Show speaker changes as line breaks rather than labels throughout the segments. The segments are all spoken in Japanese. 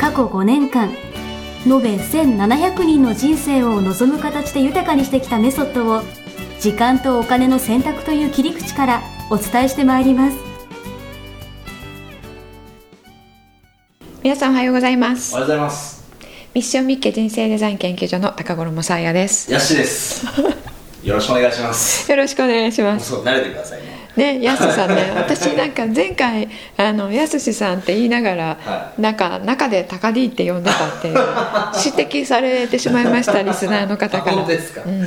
過去5年間延べ1700人の人生を望む形で豊かにしてきたメソッドを時間とお金の選択という切り口からお伝えしてまいります
皆さんおはようございま
お
す
はようございます。
ミッションミッケ人生デザイン研究所の高頃もさやです
ヤッシーです。よろしくお願いします。
よろしくお願いします
そう慣れてくださいね。
ねやすしさんね私なんか前回あのやすしさんって言いながら、
は
なんか中で高 D って呼んでたって いう指摘されてしまいましたリスナーの方
あ
から
本当ですか。
うん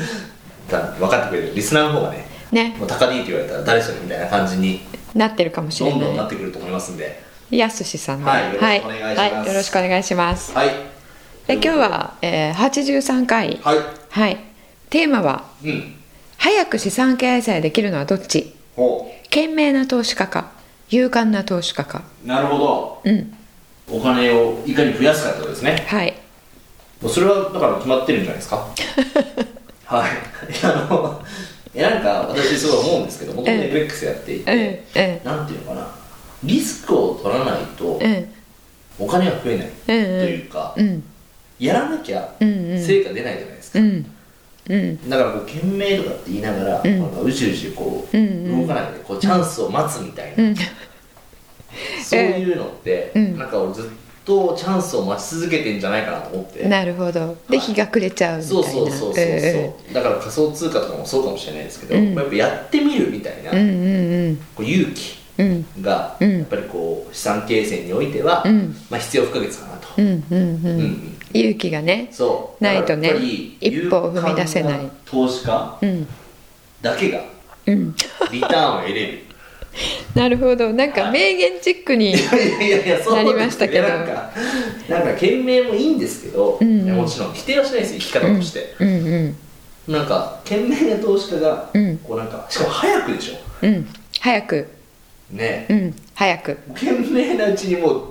多分分かってくれるリスナーの方がね、
ね
もう高 D って言われたら誰それみたいな感じに
なってるかもしれ
どんどん
な
ないってくると思いますんで。
やすしさんで
はいよろしくお願いします
はいはいよろしくお願いします
はい。
で今日は、えー、83回
はい。
はい、テーマは
うん。
「早く資産形成できるのはどっち?」
ほ
賢明な投資家か勇敢な投資家か
う。なるほど。
うん
お金をいかに増やすかってことですね。
はい
もうそれはだから決まってるんじゃないで すか。はい。いやあのいやなんか私すごい思うんですけど、僕も
ええ
FX やってい
うん
て、なんていうのかな、リスクを取らないと
うんうん
お金は増えないというか。
うん
やらなきゃ
うんうん
成果出ないじゃないですか、
うんうん
だからこう懸命とかって言いながら、
ん
なんかうじうじこう、
うんうん
動かないでこうチャンスを待つみたいな、
うん
そういうのって、
うん
なんか俺ずっとチャンスを待ち続けてんじゃないかなと思って、
なるほどで
はい
日が暮れちゃうみたい
そう
な
そうそうそうそう、だから仮想通貨とかもそうかもしれないですけど、
うん
やっぱやってみるみたいな、
うんうん
こう勇気
うんうん
が
うん
やっぱりこう資産形成においては、
うん
まあ、必要不可欠かなと、
うんうん
う
うん
うんん
勇気がね
そう
ないとね
だからやっぱり
一歩を踏み出せない
勇敢投資家
うん
だけが
うん
リターンを得 れる
なるほどなんか名言チックに
いやいやいやそう
なりましたけど
いやなんかなんか懸命もいいんですけど、
うんうん
いやもちろん否定はしないですよ生き
う
方
ん
として、
うんうん
なんか懸命な投資家が、
うん
こうなんかしかも早くでしょ
うん早く
ね
うん早く
懸命なうちにもう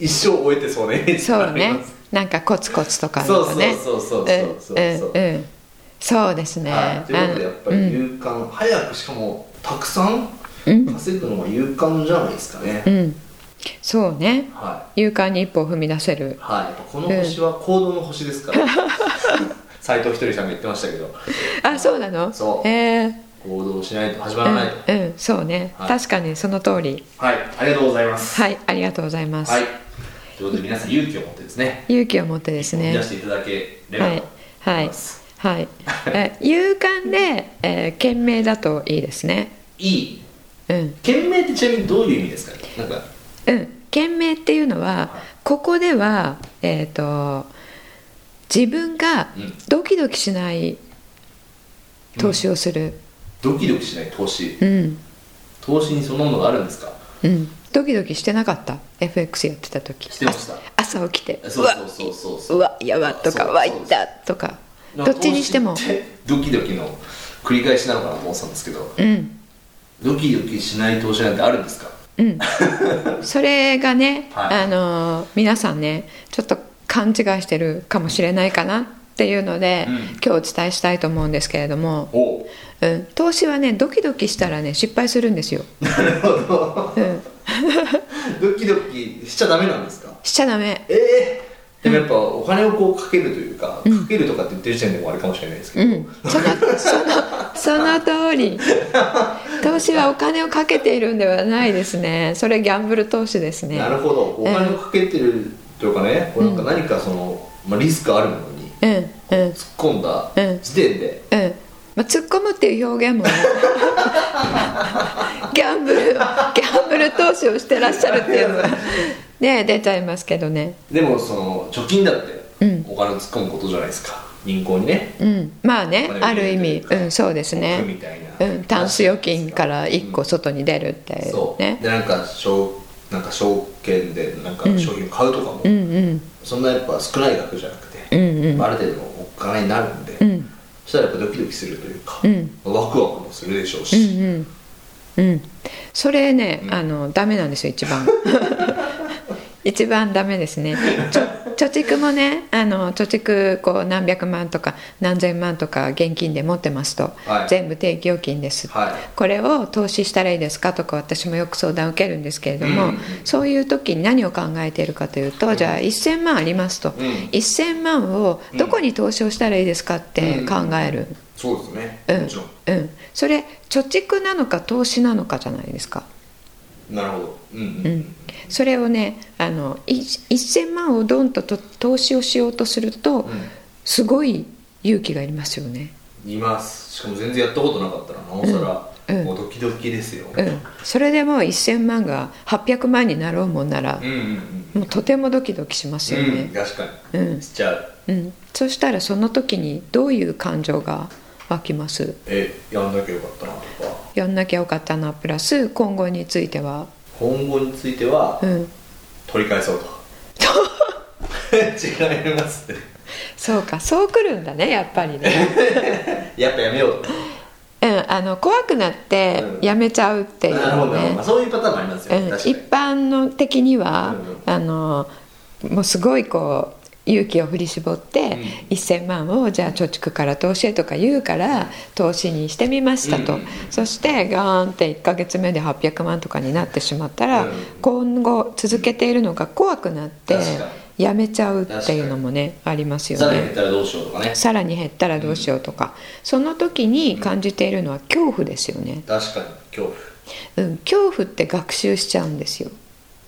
一生終えてそうね
そう
あ
ね
ります
なんかコツコツとかなんかね
そうそうそうそうそうそう
うんうんうんそうですね、
はい、ということでやっぱり
うん
勇敢、早くしかもたくさん
うん
稼ぐのが勇敢じゃないですかね、
うん、そうね
はい
勇敢に一歩を踏み出せる
はい、やっぱこの星は行動の星ですから 斎、斉藤ひとりさんが言ってましたけど
あそうなの
そう
え
行動しないと始ま
ー
らないと、
うん、うん、そうね、
はい
確かにその通り
はいありがとうございます
はいありがとうございます、
はいということで皆さん勇気を持ってですね
勇気を持ってです
出
ね
していただければ
はい
と
は
思い
い
ます、
はい、え勇敢で、えー、賢明だといいですね
い、い
うん
賢明ってちなみにどういう意味ですかなんか
うん賢明っていうのはここではえっ、と自分が
うん
ドキドキしない投資をする、
ドキドキしない投資
うん、
投資にそんなものがあるんですか
うん、ドキドキしてなかった FX やってた時
してました
あ朝起きて
そうそうそうそうそう
うわうわやばとか
そう
わいったとか
な
ど
んか
っちにしても
投資てドキドキの繰り返しなのかなと思ってたんですけど
うん
ドキドキしない投資なんてあるんですか
うんそれがね、
はい
あのー皆さんねちょっと勘違いしてるかもしれないかなっていうので、
うん
今日お伝えしたいと思うんですけれども、
おう
うん、投資はねドキドキしたらね失敗するんですよ
なるほど
うん
ドキドキしちゃダメなんですか
しちゃダメ
えー、でもやっぱお金をこうかけるというか、かけるとかって言ってる時点でもうあれかもしれないですけ
う
ど、
ん、そのそのその通り投資はお金をかけているんではないですねそれギャンブル投資ですね
なるほどお金をかけてるというかね、こうなんか何かその、まあ、リスクあるものに
うんうん
突っ込んだ
うん
時点で、
うんまあ、突っ込むっていう表現もね ギャンブルギャンブル投資をしてらっしゃるっていうのがね出ちゃいますけどね
でもその貯金だっ
う
て、
ん
お金を突っ込むことじゃないですか銀行にね
うんまあね
まあ
あ
でも
る意
いい
味
というか
うんそうです
置くみ
ね
たいな、
うんタンス預金から1個外に出るって
そう
ね
でなんか証なんか証券でなんか商品を買うとかも、
うんうん
そんなやっぱ少ない額じゃなくて、
うんうん
まあある程度のお金になるんで、
うん
そしたらやっぱドキドキするというか、
うん
ワクワクもするでしょう
う
し、
んうんうんそれね、あのダメなんですよ一 番一番ダメですねちょ貯蓄もねあの貯蓄こう何百万とか何千万とか現金で持ってますと、
はい
全部定期預金です、
はい
これを投資したらいいですかとか私もよく相談を受けるんですけれども、
うん
そういう時に何を考えているかというと、じゃあ1000万ありますと、
ん
1000万をどこに投資をしたらいいですかって考える、
そうですね、
うん
もちろん
うん、それ貯蓄なのか投資なのかじゃないですか、
なるほどうんうん、
う
うんん、
それをねあのい1000万をドンとと投資をしようとすると、
ん
すごい勇気がいりますよね、
いますしかも全然やったことなかったらなおさら、
うんうん
もうドキドキですよ、
うん、それでもう1000万が800万になろうもんなら
うん、うん
もうとてもドキドキします
う
よ
ん、うん、
ね、
確かに、
うん
しちゃう
うん、そしたらその時にどういう感情が湧きます
えやんなきゃよかったなとか
やんなきゃよかったなプラス今後については、
今後については、
うん、
取り返そうと 違いますね
そうかそうくるんだねやっぱりね。
やっぱやめようと
うん、あの怖くなって
うん
やめちゃうっていう
なる
の
ほど、
ね
まあ、、そういうパターンもありますよ、
うん、
確かに
一般の的には、
う
あのもうすごいこう勇気を振り絞って、1,000万をじゃあ貯蓄から投資へとか言うから投資にしてみましたと、
うん
そしてガーンって1ヶ月目で800万とかになってしまったら、
うん
今後続けているのが怖くなって
確か
やめちゃうっていうのもねありますよね。
さらに減ったらどうしようとかね
さらに減ったらどうしようとか、その時に感じているのは恐怖ですよね、
確かに恐
うん、恐怖って学習しちゃうんですよ、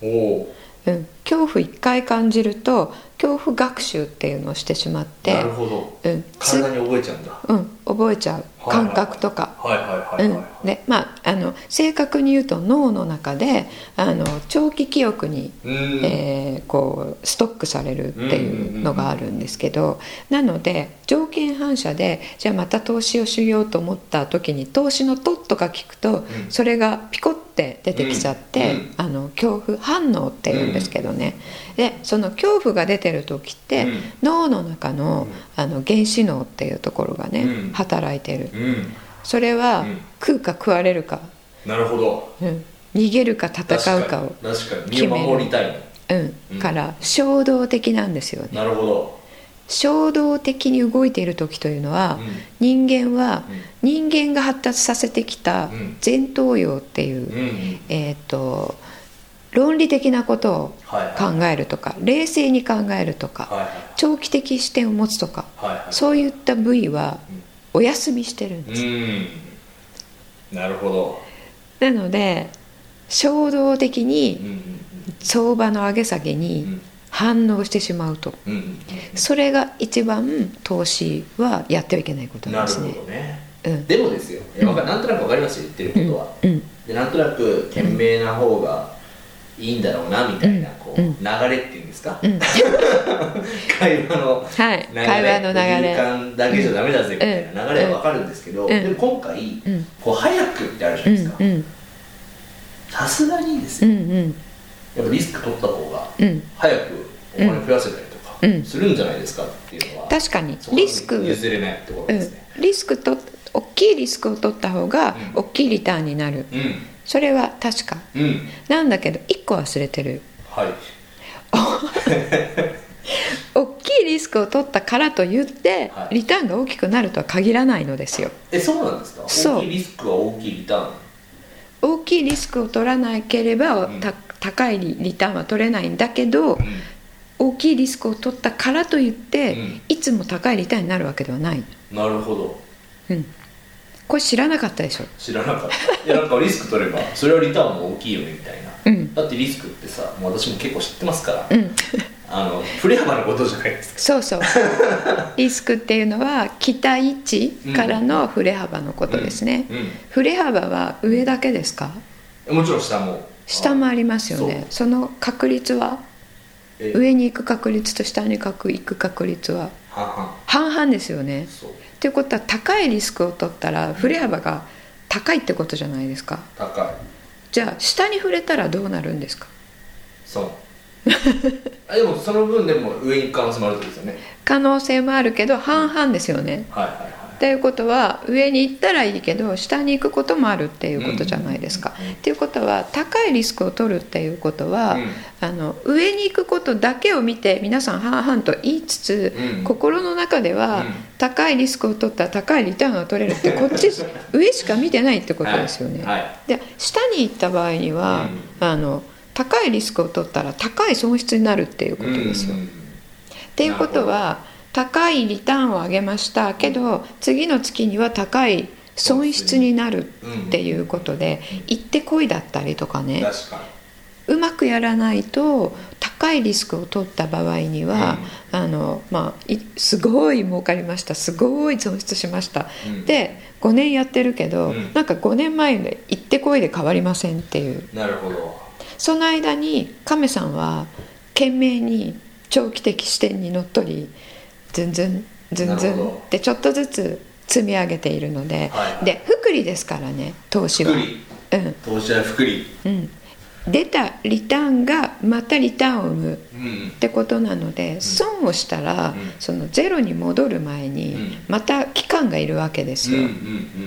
怖おお
うん、恐怖一回感じると恐怖学習っていうのをしてしまって
なるほど、
うんつ
体に覚えちゃうんだ
うん、覚えちゃう
はいはい
感覚とか、
はいはいはいはい、
うん、でまああの正確に言うと脳の中であの長期記憶に
うーん
えーこうストックされるっていうのがあるんですけどなので条件反射でじゃあまた投資をしようと思った時に投資の「と」とか聞くと
ん
それがピコって出てきちゃって
うん
あの恐怖反応っていうんですけどねでその恐怖が出てる時って
うん
脳の中のあの原子脳っていうところがね
うん
働いてる
うん
それは
うん
食うか食われるか、
なるほど
うん、逃げるか戦うかを
確かに確かに
決
身
める
を守りたいの
うん、から衝動的なんですよね
なるほど
衝動的に動いている時というのは、人間は人間が発達させてきた
うん
前頭葉っていう、
うんうん
えっ、と論理的なことを
はいはい
考えるとか、冷静に考えるとか、
はいはい
長期的視点を持つとか、
はいはい
そういった部位はお休みしてるん
う
です、
ーんなるほど
なので衝動的
うんう
に
ん
相場の上げ下げ
う
に
ん
反応してしまうと、
うんうん
それが一番投資はやってはいけないこと
うん
な
なんる
ですね
ほど。ね
うん
でもですよいやわかなんとなくわかりますよ言ってることは、
うん
でなんとなく賢明な方がいいんだろうなみたいな、
うん
こう
うん
流れっていうんですか、
うん
会話の流れ、
はい会話の流れ
時間だけじゃダメだぜみたいな
うん
流れはわかるんですけど、
ん
でも今回、
ん
こう早くってあるじゃ
う
ない
ん
ですか
うん
さすがにです
う
よ、
んうん
やっぱリスク取った方が
うん
早くお金増やせたりとか
うん
するんじゃないですかっていうのは、
確かに
そこは
リスク、
譲れないところ
う
ですね、
ん、リスクと大きいリスクを取った方が
うん
大きいリターンになる、
うん
それは確か
うん、
なんだけど一個忘れてる
はい
大きいリスクを取ったからといって
はい
リターンが大きくなるとは限らないのですよ
えそうなんですか
そう
大きいリスクは大きいリターン
大きいリスクを取らなければ、
ん
た高いリリターンは取れないんだけど、
うん
大きいリスクを取ったからといって、
うん
いつも高いリターンになるわけではない、
なるほど
うん、これ知らなかったでしょ
知らなかったいやなんかリスク取れば それはリターンも大きいよねみたいな、
うん
だってリスクってさもう私も結構知ってますから、
うん
あの振れ幅のことじゃないですか
そうそう リスクっていうのは期待値からの振れ幅のことですね、
うんうん
振れ幅は上だけですか
もちろん下も
下もありますよねその確率は
え
上に行く確率と下に行く確率は
半々
半々ですよね
そう
ということは高いリスクを取ったら振れ幅が高いってことじゃないですか
高い
じゃあ下に触れたらどうなるんですか
そうあでもその分でも上に行く可能性もあるってことですよね
可能性もあるけど半々ですよね
はいはいはい
っていうことは上に行ったらいいけど下に行くこともあるっていうことじゃないですか。
うん
っていうことは高いリスクを取るっていうことは、
うん
あの上に行くことだけを見て皆さん半々と言いつつ、
うん
心の中では、
うん
高いリスクを取ったら高いリターンが取れるってこっ ち上しか見てないってことですよね。
はいはい
で下に行った場合には、あの高いリスクを取ったら高い損失になるっていうことですよ。
うん
っていうこと
な
は高いリターンを上げましたけど次の月には高い損失になるっていうことで行ってこいだったりとかね
確か
うまくやらないと高いリスクを取った場合には、あのまあ、いすごい儲かりましたすごい損失しました、
うん
で5年やってるけど、
うん
なんか5年前で行ってこいで変わりませんっていう
になるほど
その間に亀さんは懸命に長期的視点にのっとりずんずんずんず
なる
ん
ほど
ってちょっとずつ積み上げているので、
はいはい
で福利ですからね投資は、
福利
うん
投資は福利
うん、出たリターンがまたリターンを生む
うん
ってことなので損をしたら、
うん
そのゼロに戻る前に、
うん
また期間がいるわけです
うんうん
よ、
うん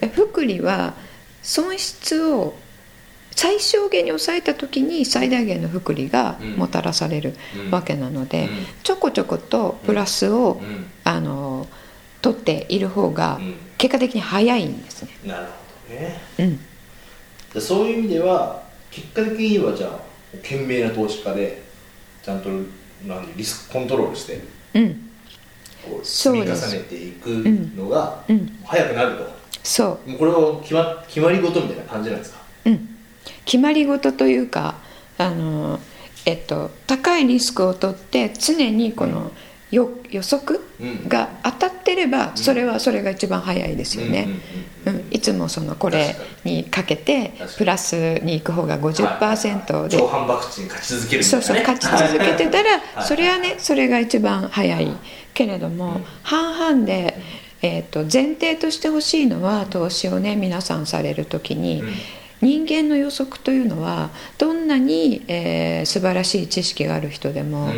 で福利は損失を最小限に抑えた時に最大限の福利が
うん
もたらされる
うん
わけなので、
うん
ちょこちょことプラスを、
うんうん
あの取っている方が
うん
結果的に早いんですね。
うんなるほどね
うん、
でそういう意味では結果的にはじゃあ賢明な投資家でちゃんとなんでリスクコントロールして
うん、
こう
そう
積み
で
重
す
ねていくのが
うんうん
早くなると、
そう
もうこれは決ま決まり事みたいな感じなんですか
うん、決まり事というかあの、えっと、高いリスクを取って常にこの予予測
うん
が当たってればそれはそれが一番早いですよね。
う
うん
うんうん
ん、いつもそのこれにかけて
確かに
プラスに行く方が50%で、
超反爆地に勝ち続けるみた
そ
いうな、ね、
そう勝ち続けてたら
はい
それはねそれが一番早いけれども、
うん
半々で、えー、と前提としてほしいのは投資をね皆さんされる時に、
うん
人間の予測というのはどんなに、えー素晴らしい知識がある人でも、
うん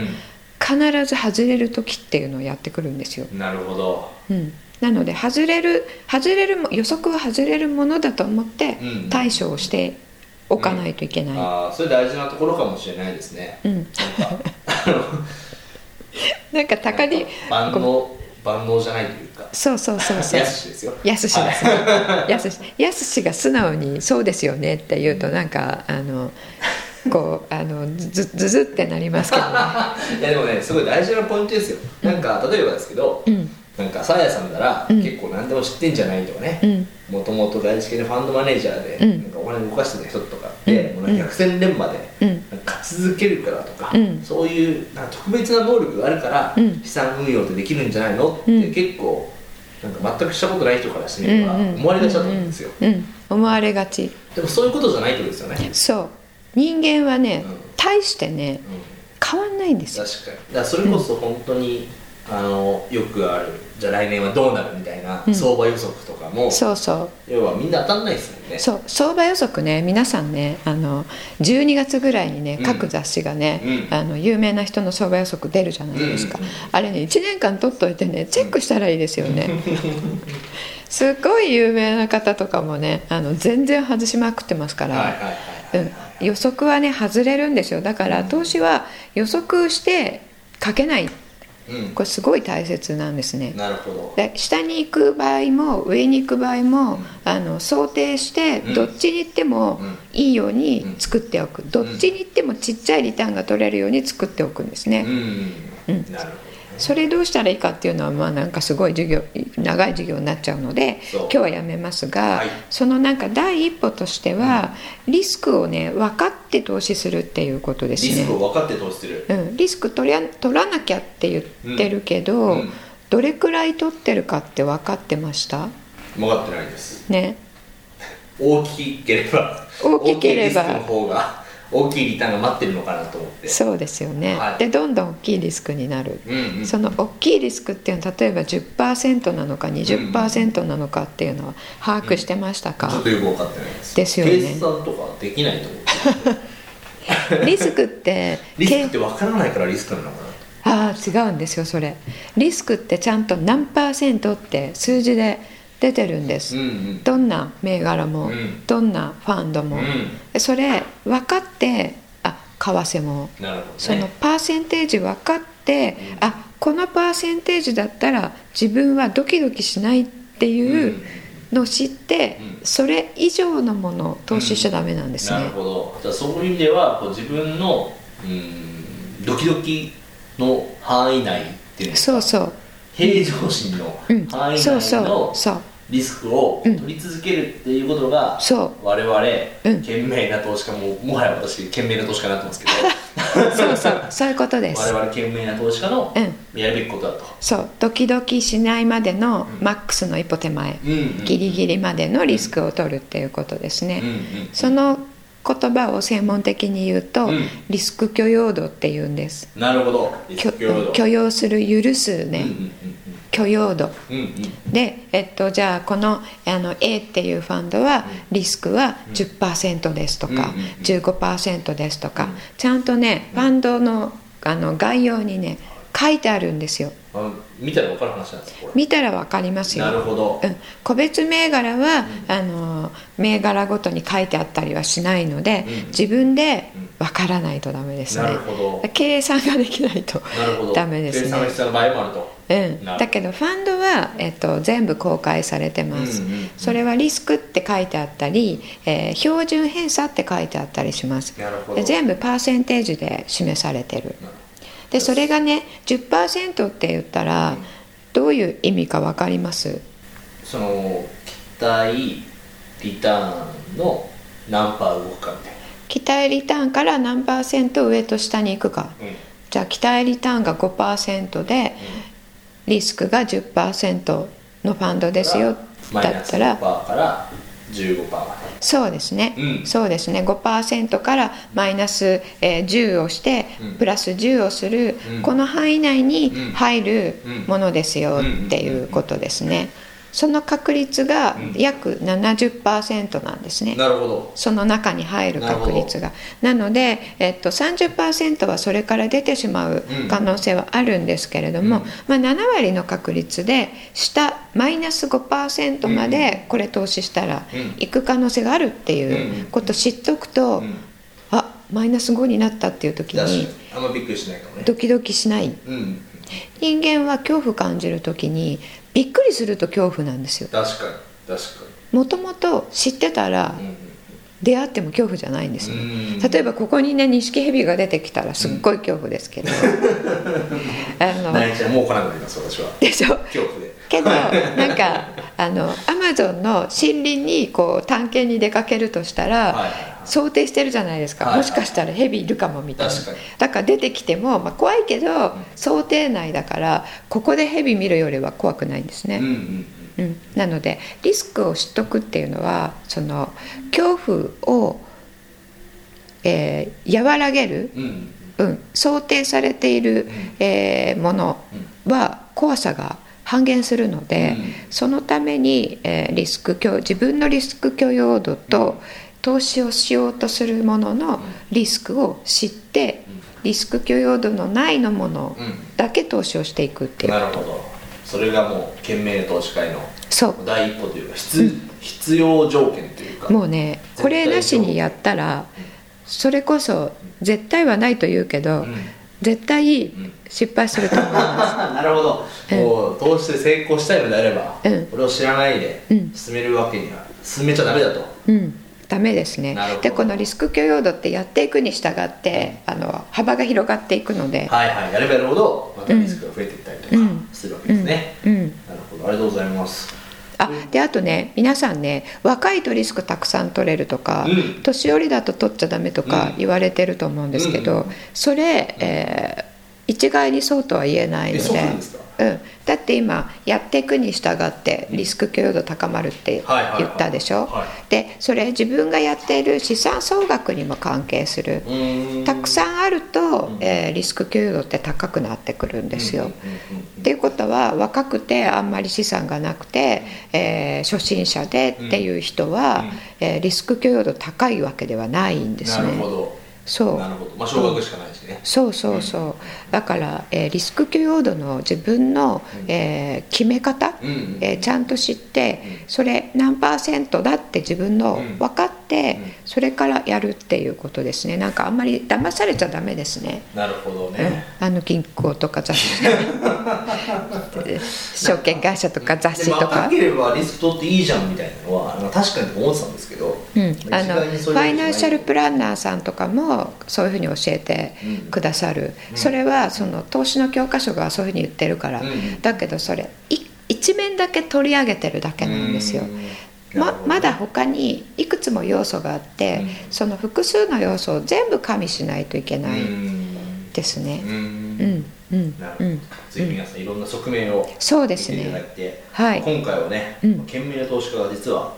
必ず外れる時っていうのをやってくるんですよ。
なるほど
うんなので外れる外れるも予測は外れるものだと思って
うん
対処をしておかないといけない、
ああそれ大事なところかもしれないですね、
うん
なんかあの
なんか高利
万
ごめん
能万能じゃないというか
そうそうそうそう
やすしですよ
やすし
は
で
い
す ねやすしやすしが素直に「そうですよね」って言うとなんかあのこうあのずずずってなりますけどね
いやでもねすごい大事なポイントですよ、なんか例えばですけど、
うん
なんかさあやさんなら、
うん
結構何でも知ってんじゃないとかね
うん
もともと外資系のファンドマネージャーで、
うん
なんかお金動かしてた人とかって、
うん
もうなんか逆転連覇で、
うん
なんか勝ち続けるからとか、
うん
そういうなんか特別な能力があるから、
うん
資産運用ってできるんじゃないのって、
うん
結構なんか全くしたことない人からしてみれば、
うんうん
思われがちだと思うんですよ、
うんうん思われがち
でもそういうことじゃないってことですよね、
そう人間はね
うん
大してね
うん
変わんないんですよ
確かにだからそれこそ本当に、あのよくあるじゃあ来年はどうなるみたいな
うん
相場予測とかも、
そうそう
要はみんな当たんないですもんね
そう相場予測ね皆さんねあの12月ぐらいにね
うん
各雑誌がね、
うん
あの有名な人の相場予測出るじゃないですか、
うんうんうん
あれね1年間取っといてねチェックしたらいいですよね、すっごい有名な方とかもねあの全然外しまくってますから、
はいはいはいはい、
うん、予測はね外れるんですよだから投資は予測してかけない
うん
これすごい大切なんですね、
なるほど
で下に行く場合も上に行く場合も、
うん
あの想定して
うん
どっちに行っても
うん
いいように作っておく、どっちに行ってもちっちゃいリターンが取れるように作っておくんですね、
うん、
うん
なるほ
それどうしたらいいかっていうのはまあなんかすごい授業長い授業になっちゃうので
そう
今日はやめますが、
はい
そのなんか第一歩としては、リスクをね分かって投資するっていうことで
ど
すね
リスクを分かって投資する
うん、リスク取りゃ取らなきゃって言ってるけど、
うんうん
どれくらい取ってるかって分かってました
分かってないです
ね
大きければ
大きければ
大きいリスクの方が大きいリターンが待ってるのかなと思って
そうですよね、
はい
でどんどん大きいリスクになる、
うんうん
その大きいリスクっていうのは例えば10%なのか20%なのかっていうのは把握してましたか、
ちょっとよく分かってないです
ですよね
計算とかできないと思って
リスクって
リスク
け
って分からないからリスクなのかな
ああ違うんですよそれリスクってちゃんと何パーセントって数字で出てるんです、
うんうん
どんな銘柄も、
うん
どんなファンドも、
う
それ分かってあ為替も
なるほどね
そのパーセンテージ分かって、
うん
あこのパーセンテージだったら自分はドキドキしないっていうのを知って、
う
それ以上のものを投資しちゃダメなんですね、
なるほどじゃあそういう意味ではこう自分のうんドキドキの範囲内っていうんですか
そうそう、
平常心の
うん、
範囲
そう
内
そ
の
うそう
リスクを
うん
取り続けるっていうことが、
そう
我々、
うん
賢明な投資家ももはや私賢明な投資家になってますけど
そうそうそういうこと です
我々賢明な投資家の
う
やるべきことだと、
そうドキドキしないまでの
うん
マックスの一歩手前、
うんうん
ギリギリまでのリスクを取るっていうことですね、
うんうん
その言葉を専門的に言うと、
うん
リスク許容度っていうんです
なるほどリ
許
スク許容度
許容する許すね、許容度
うんうんうんうんうん
で、えっと、じゃあこのあの A っていうファンドはリスクは10%ですとか
うんうんうん
15%ですとか
うん
ちゃんとねファンドのあの概要にね書いてあるんですよ
あの見たら分かる話なんですかこれ
見たらわかりますよ
なるほど
うん、個別銘柄は、あの銘柄ごとに書いてあったりはしないので、
うん
自分でわからないとダメですね
なるほど
計算ができないと
なるほど
ダメです
計算が
ね
必要な場合もあると
うん、
なる
だけどファンドは、えっと、全部公開されてます、
うんうんうん
それはリスクって書いてあったり、えー標準偏差って書いてあったりします
なるほど
で全部パーセンテージで示されてる
なる
でそれがね10%って言ったら、どういう意味か分かります
その期待リターンの何パー動くかみたい
期待リターンから何パーセント上と下に行くか、
な、うん
じゃあ期待リターンが5%で、リスクが10%のファンドですよ
マイ
だ
ナ
っ
ス
た
5%
ら
から15%ま
そうですね、
うん
そうですね5%からマイナス、えー10をして、
うん
プラス10をする、
うん
この範囲内に
うん
入るものですよ
うん
っていうことですね、その確率が
うん
約70%なんですね、
でなるほど
その中に入る確率がなので、えっと、30%はそれから出てしまう
うん
可能性はあるんですけれども、
うん
まあ、7割の確率で下マイナス5%までこれ投資したら
うん
行く可能性があるっていうことを知っとくと、
うん
あマイナス5になったっていう時
だし
に
あんまびっくりしないかもね
ドキドキしない
うん
人間は恐怖感じる時にびっくりすると恐怖なんですよ
確かに確か
もともと知ってたら
に、うん
出会っても恐怖じゃないんですよ
うん
例えばここにねニシキヘビが出てきたらすっごい恐怖ですけど、
うん、
あの
泣いちゃうもう来なくなります私は
でしょ
恐怖で
けどなんかあのアマゾンの森林にこう探検に出かけるとしたら、
はいはいはい
想定してるじゃないですか、
はいはい
もしかしたらヘビいるかもみたいな
確かに
だから出てきても、まあ、怖いけど、想定内だからここでヘビ見るよりは怖くないんですね、
うんうんうん
うん、なのでリスクを知っとくっていうのはその恐怖を、えー和らげる、
うん
うん、想定されている、えーものは怖さが半減するので、
うん
そのために、えーリスク許自分のリスク許容度と投資をしようとするもののリスクを知ってリスク許容度のないのものだけ投資をしていくっていう、
なるほどそれがもう賢明な投資会の
そう
第一歩というか必,、必要条件というか
もうねこれなしにやったらそれこそ絶対はないと言うけど、
ん
絶対失敗すると思います、
なるほど、もう投資で成功したいのであれば、
うん
これを知らないで
うん
進めるわけには進めちゃダメだと、
うん、ダメですね
なるほど
でこのリスク許容度ってやっていくに従ってあの幅が広がっていくので、
はいはいやればやるほどまたリスクが増えていったりとか
うん
するわけですね、
うんうん
なるほどありがとうございます
あであとね皆さんね若いとリスクたくさん取れるとか、
うん
年寄りだと取っちゃダメとか
うん
言われてると思うんですけど、
うん
それ、えー一概にそうとは言えないの
え
で
そうなんですか
うん、だって今やっていくに従ってリスク許容度高まるって
はいはいはい
言ったでしょ、
は
でそれ自分がやっている資産総額にも関係する
う、ーん
たくさんあると、えーリスク給与って高くなってくるんですよ。っていうことは若くてあんまり資産がなくて、えー初心者でっていう人は、えーリスク許容度高いわけではないんです
なる
ね
ほ。ど
そう
なるほどまあ少額しかないしね、
そうそうそう、だから、えーリスク許容度の自分の、えー決め方、
うんうん
えーちゃんと知って、
うん
それ何パーセントだって自分の
うん
分かって、
うん
それからやるっていうことですねなんかあんまり騙されちゃダメですね、
なるほど
う
ね、
んあの銀行とか 雑誌証券会社とか雑誌と
でまあ
か
なければリスク取っていいじゃんみたいなのはなんか確かにと思ってたんですけど、
うん、
ま
あ
一
の
概
フ
にそ
ァイ
ういうわけじゃ
ナ
ない
ンシャルプランナーさんとかもそういうふうに教えてくださる、それはその投資の教科書がそういうふうに言ってるから、
うん
だけどそれい一面だけ取り上げてるだけなんですよ
う。ん
ままだ他にいくつも要素があって、
うん
その複数の要素を全部加味しないといけない
うん
ですね
う。ん
うん、うん、
なる
う
ほど
ん、
ぜひ皆さんいろんな側面を
そうで
見
す
ていただい
ね。
て、
はい
今回はね、
うん
懸命な投資家が実は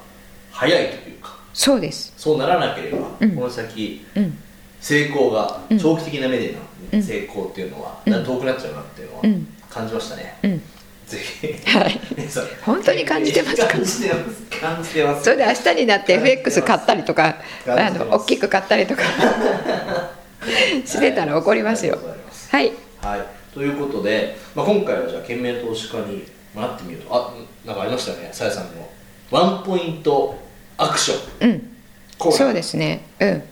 早いというか
そうです。
そうならなければ、
うん
この先
うん、
成功が
うん
長期的な目での、
うん
成功っていうのは、
うん
だんだん遠くなっちゃうなっていうのは
うん
感じましたね、
うん、
ぜひ
はい。
皆さん
本当に感じてますか
感じてます感じてます
それで明日になって FX 買ったりとか
感
あ
じてます
の大きく買った りとかしてたら怒りますよ
ありがとうございます
はい
はい、ということで、まあ、今回はじゃあ懸命投資家になってみようとあなんかありましたねさやさんのワンポイントアクション
うん
コーナー
そうですねうん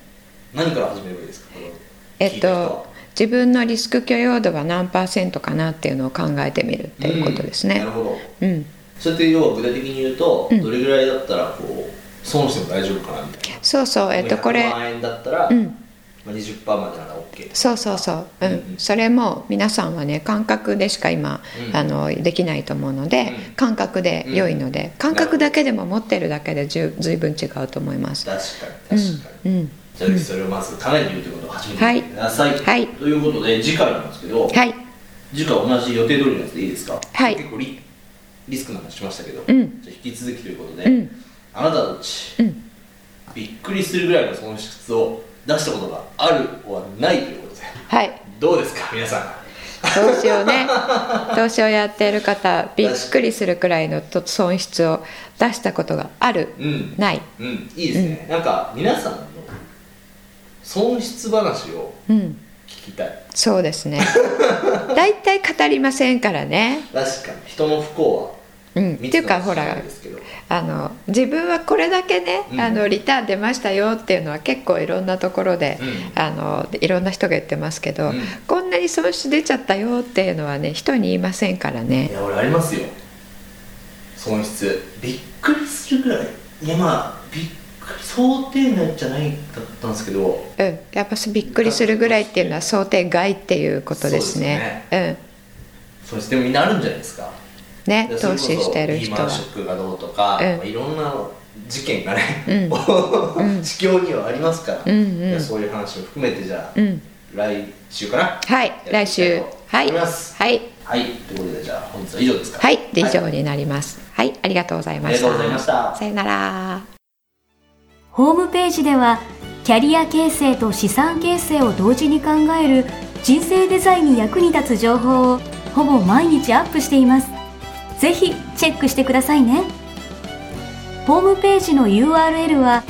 何から始めればいいですかこれを
え
聞
っ
いた人は
と自分のリスク許容度は何パーセントかなっていうのを考えてみるっていうことです
うん
ね
なるほど
うん
それって要は具体的に言うと、
うん
どれぐらいだったらこう損しても大丈夫かなみたいな
そうそうえっとこ
100
れ
万円だったら、
うん
まあ、20%までなら OK
そうそうそう、うん
うんうん
それも皆さんはね感覚でしか今、
うん
あのできないと思うので、
うん
感覚で良いので、感覚だけでも持ってるだけで十随分違うと思います
確かに確かに、
うんうん
じゃあそれをまずかなり言うということを始めてみてください、
はいはい
ということで次回なんですけど、
はい
次回同じ予定通りのやつでいいですか、
はい
結構リリスクの話しましたけど、
うん
じゃあ引き続きということで、
うん
あなたたち、
うん
びっくりするぐらいの損失を出したことがあるはないということで
はい
どうですか皆さん
投資をね投資をやっている方びっくりするくらいのと損失を出したことがある、
うん
ない
うんいいですね、なんか皆さんの損失話を
うん
聞きたい
そうですね大体語りませんからね
確かに人の不幸は
うんっていうかほら
ですけど
あの自分はこれだけね、
うん
あのリターン出ましたよっていうのは結構いろんなところで、
う
あのいろんな人が言ってますけど、
うん
こんなに損失出ちゃったよっていうのはね人に言いませんからね
いや俺ありますよ損失びっくりするぐらいいやまあびっくり想定内じゃないだったんですけど
うん、やっぱびっくりするぐらいっていうのは想定外っていうことですね。
損失でもみんなあるんじゃないですか
うん、ね
で
投資してる
それこそリー
人
マンシ
は。
ョックがどうとか、
うん
まあいろんな事件がね、
うん
市況にはありますから、
うんうん
いやそういう話も含めてじゃあ、
うん、
来週かな
はい来週は
はい
い
きます
はい
はいということでじゃあ本日は以上ですか
はいで以上になります。はいありがとうございました。
ありがとうございました
さよなら。
ホームページではキャリア形成と資産形成を同時に考える人生デザインに役に立つ情報をほぼ毎日アップしていますぜひチェックしてくださいねホームページの URL は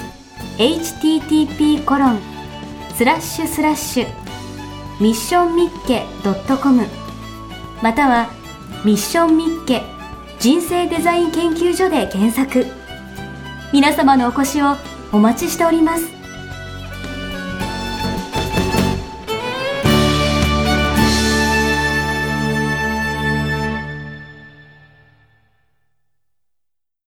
http コロンスラッシュスラッシュミッションミッケ .com またはミッションミッケ人生デザイン研究所で検索皆様のお越しをお待ちしております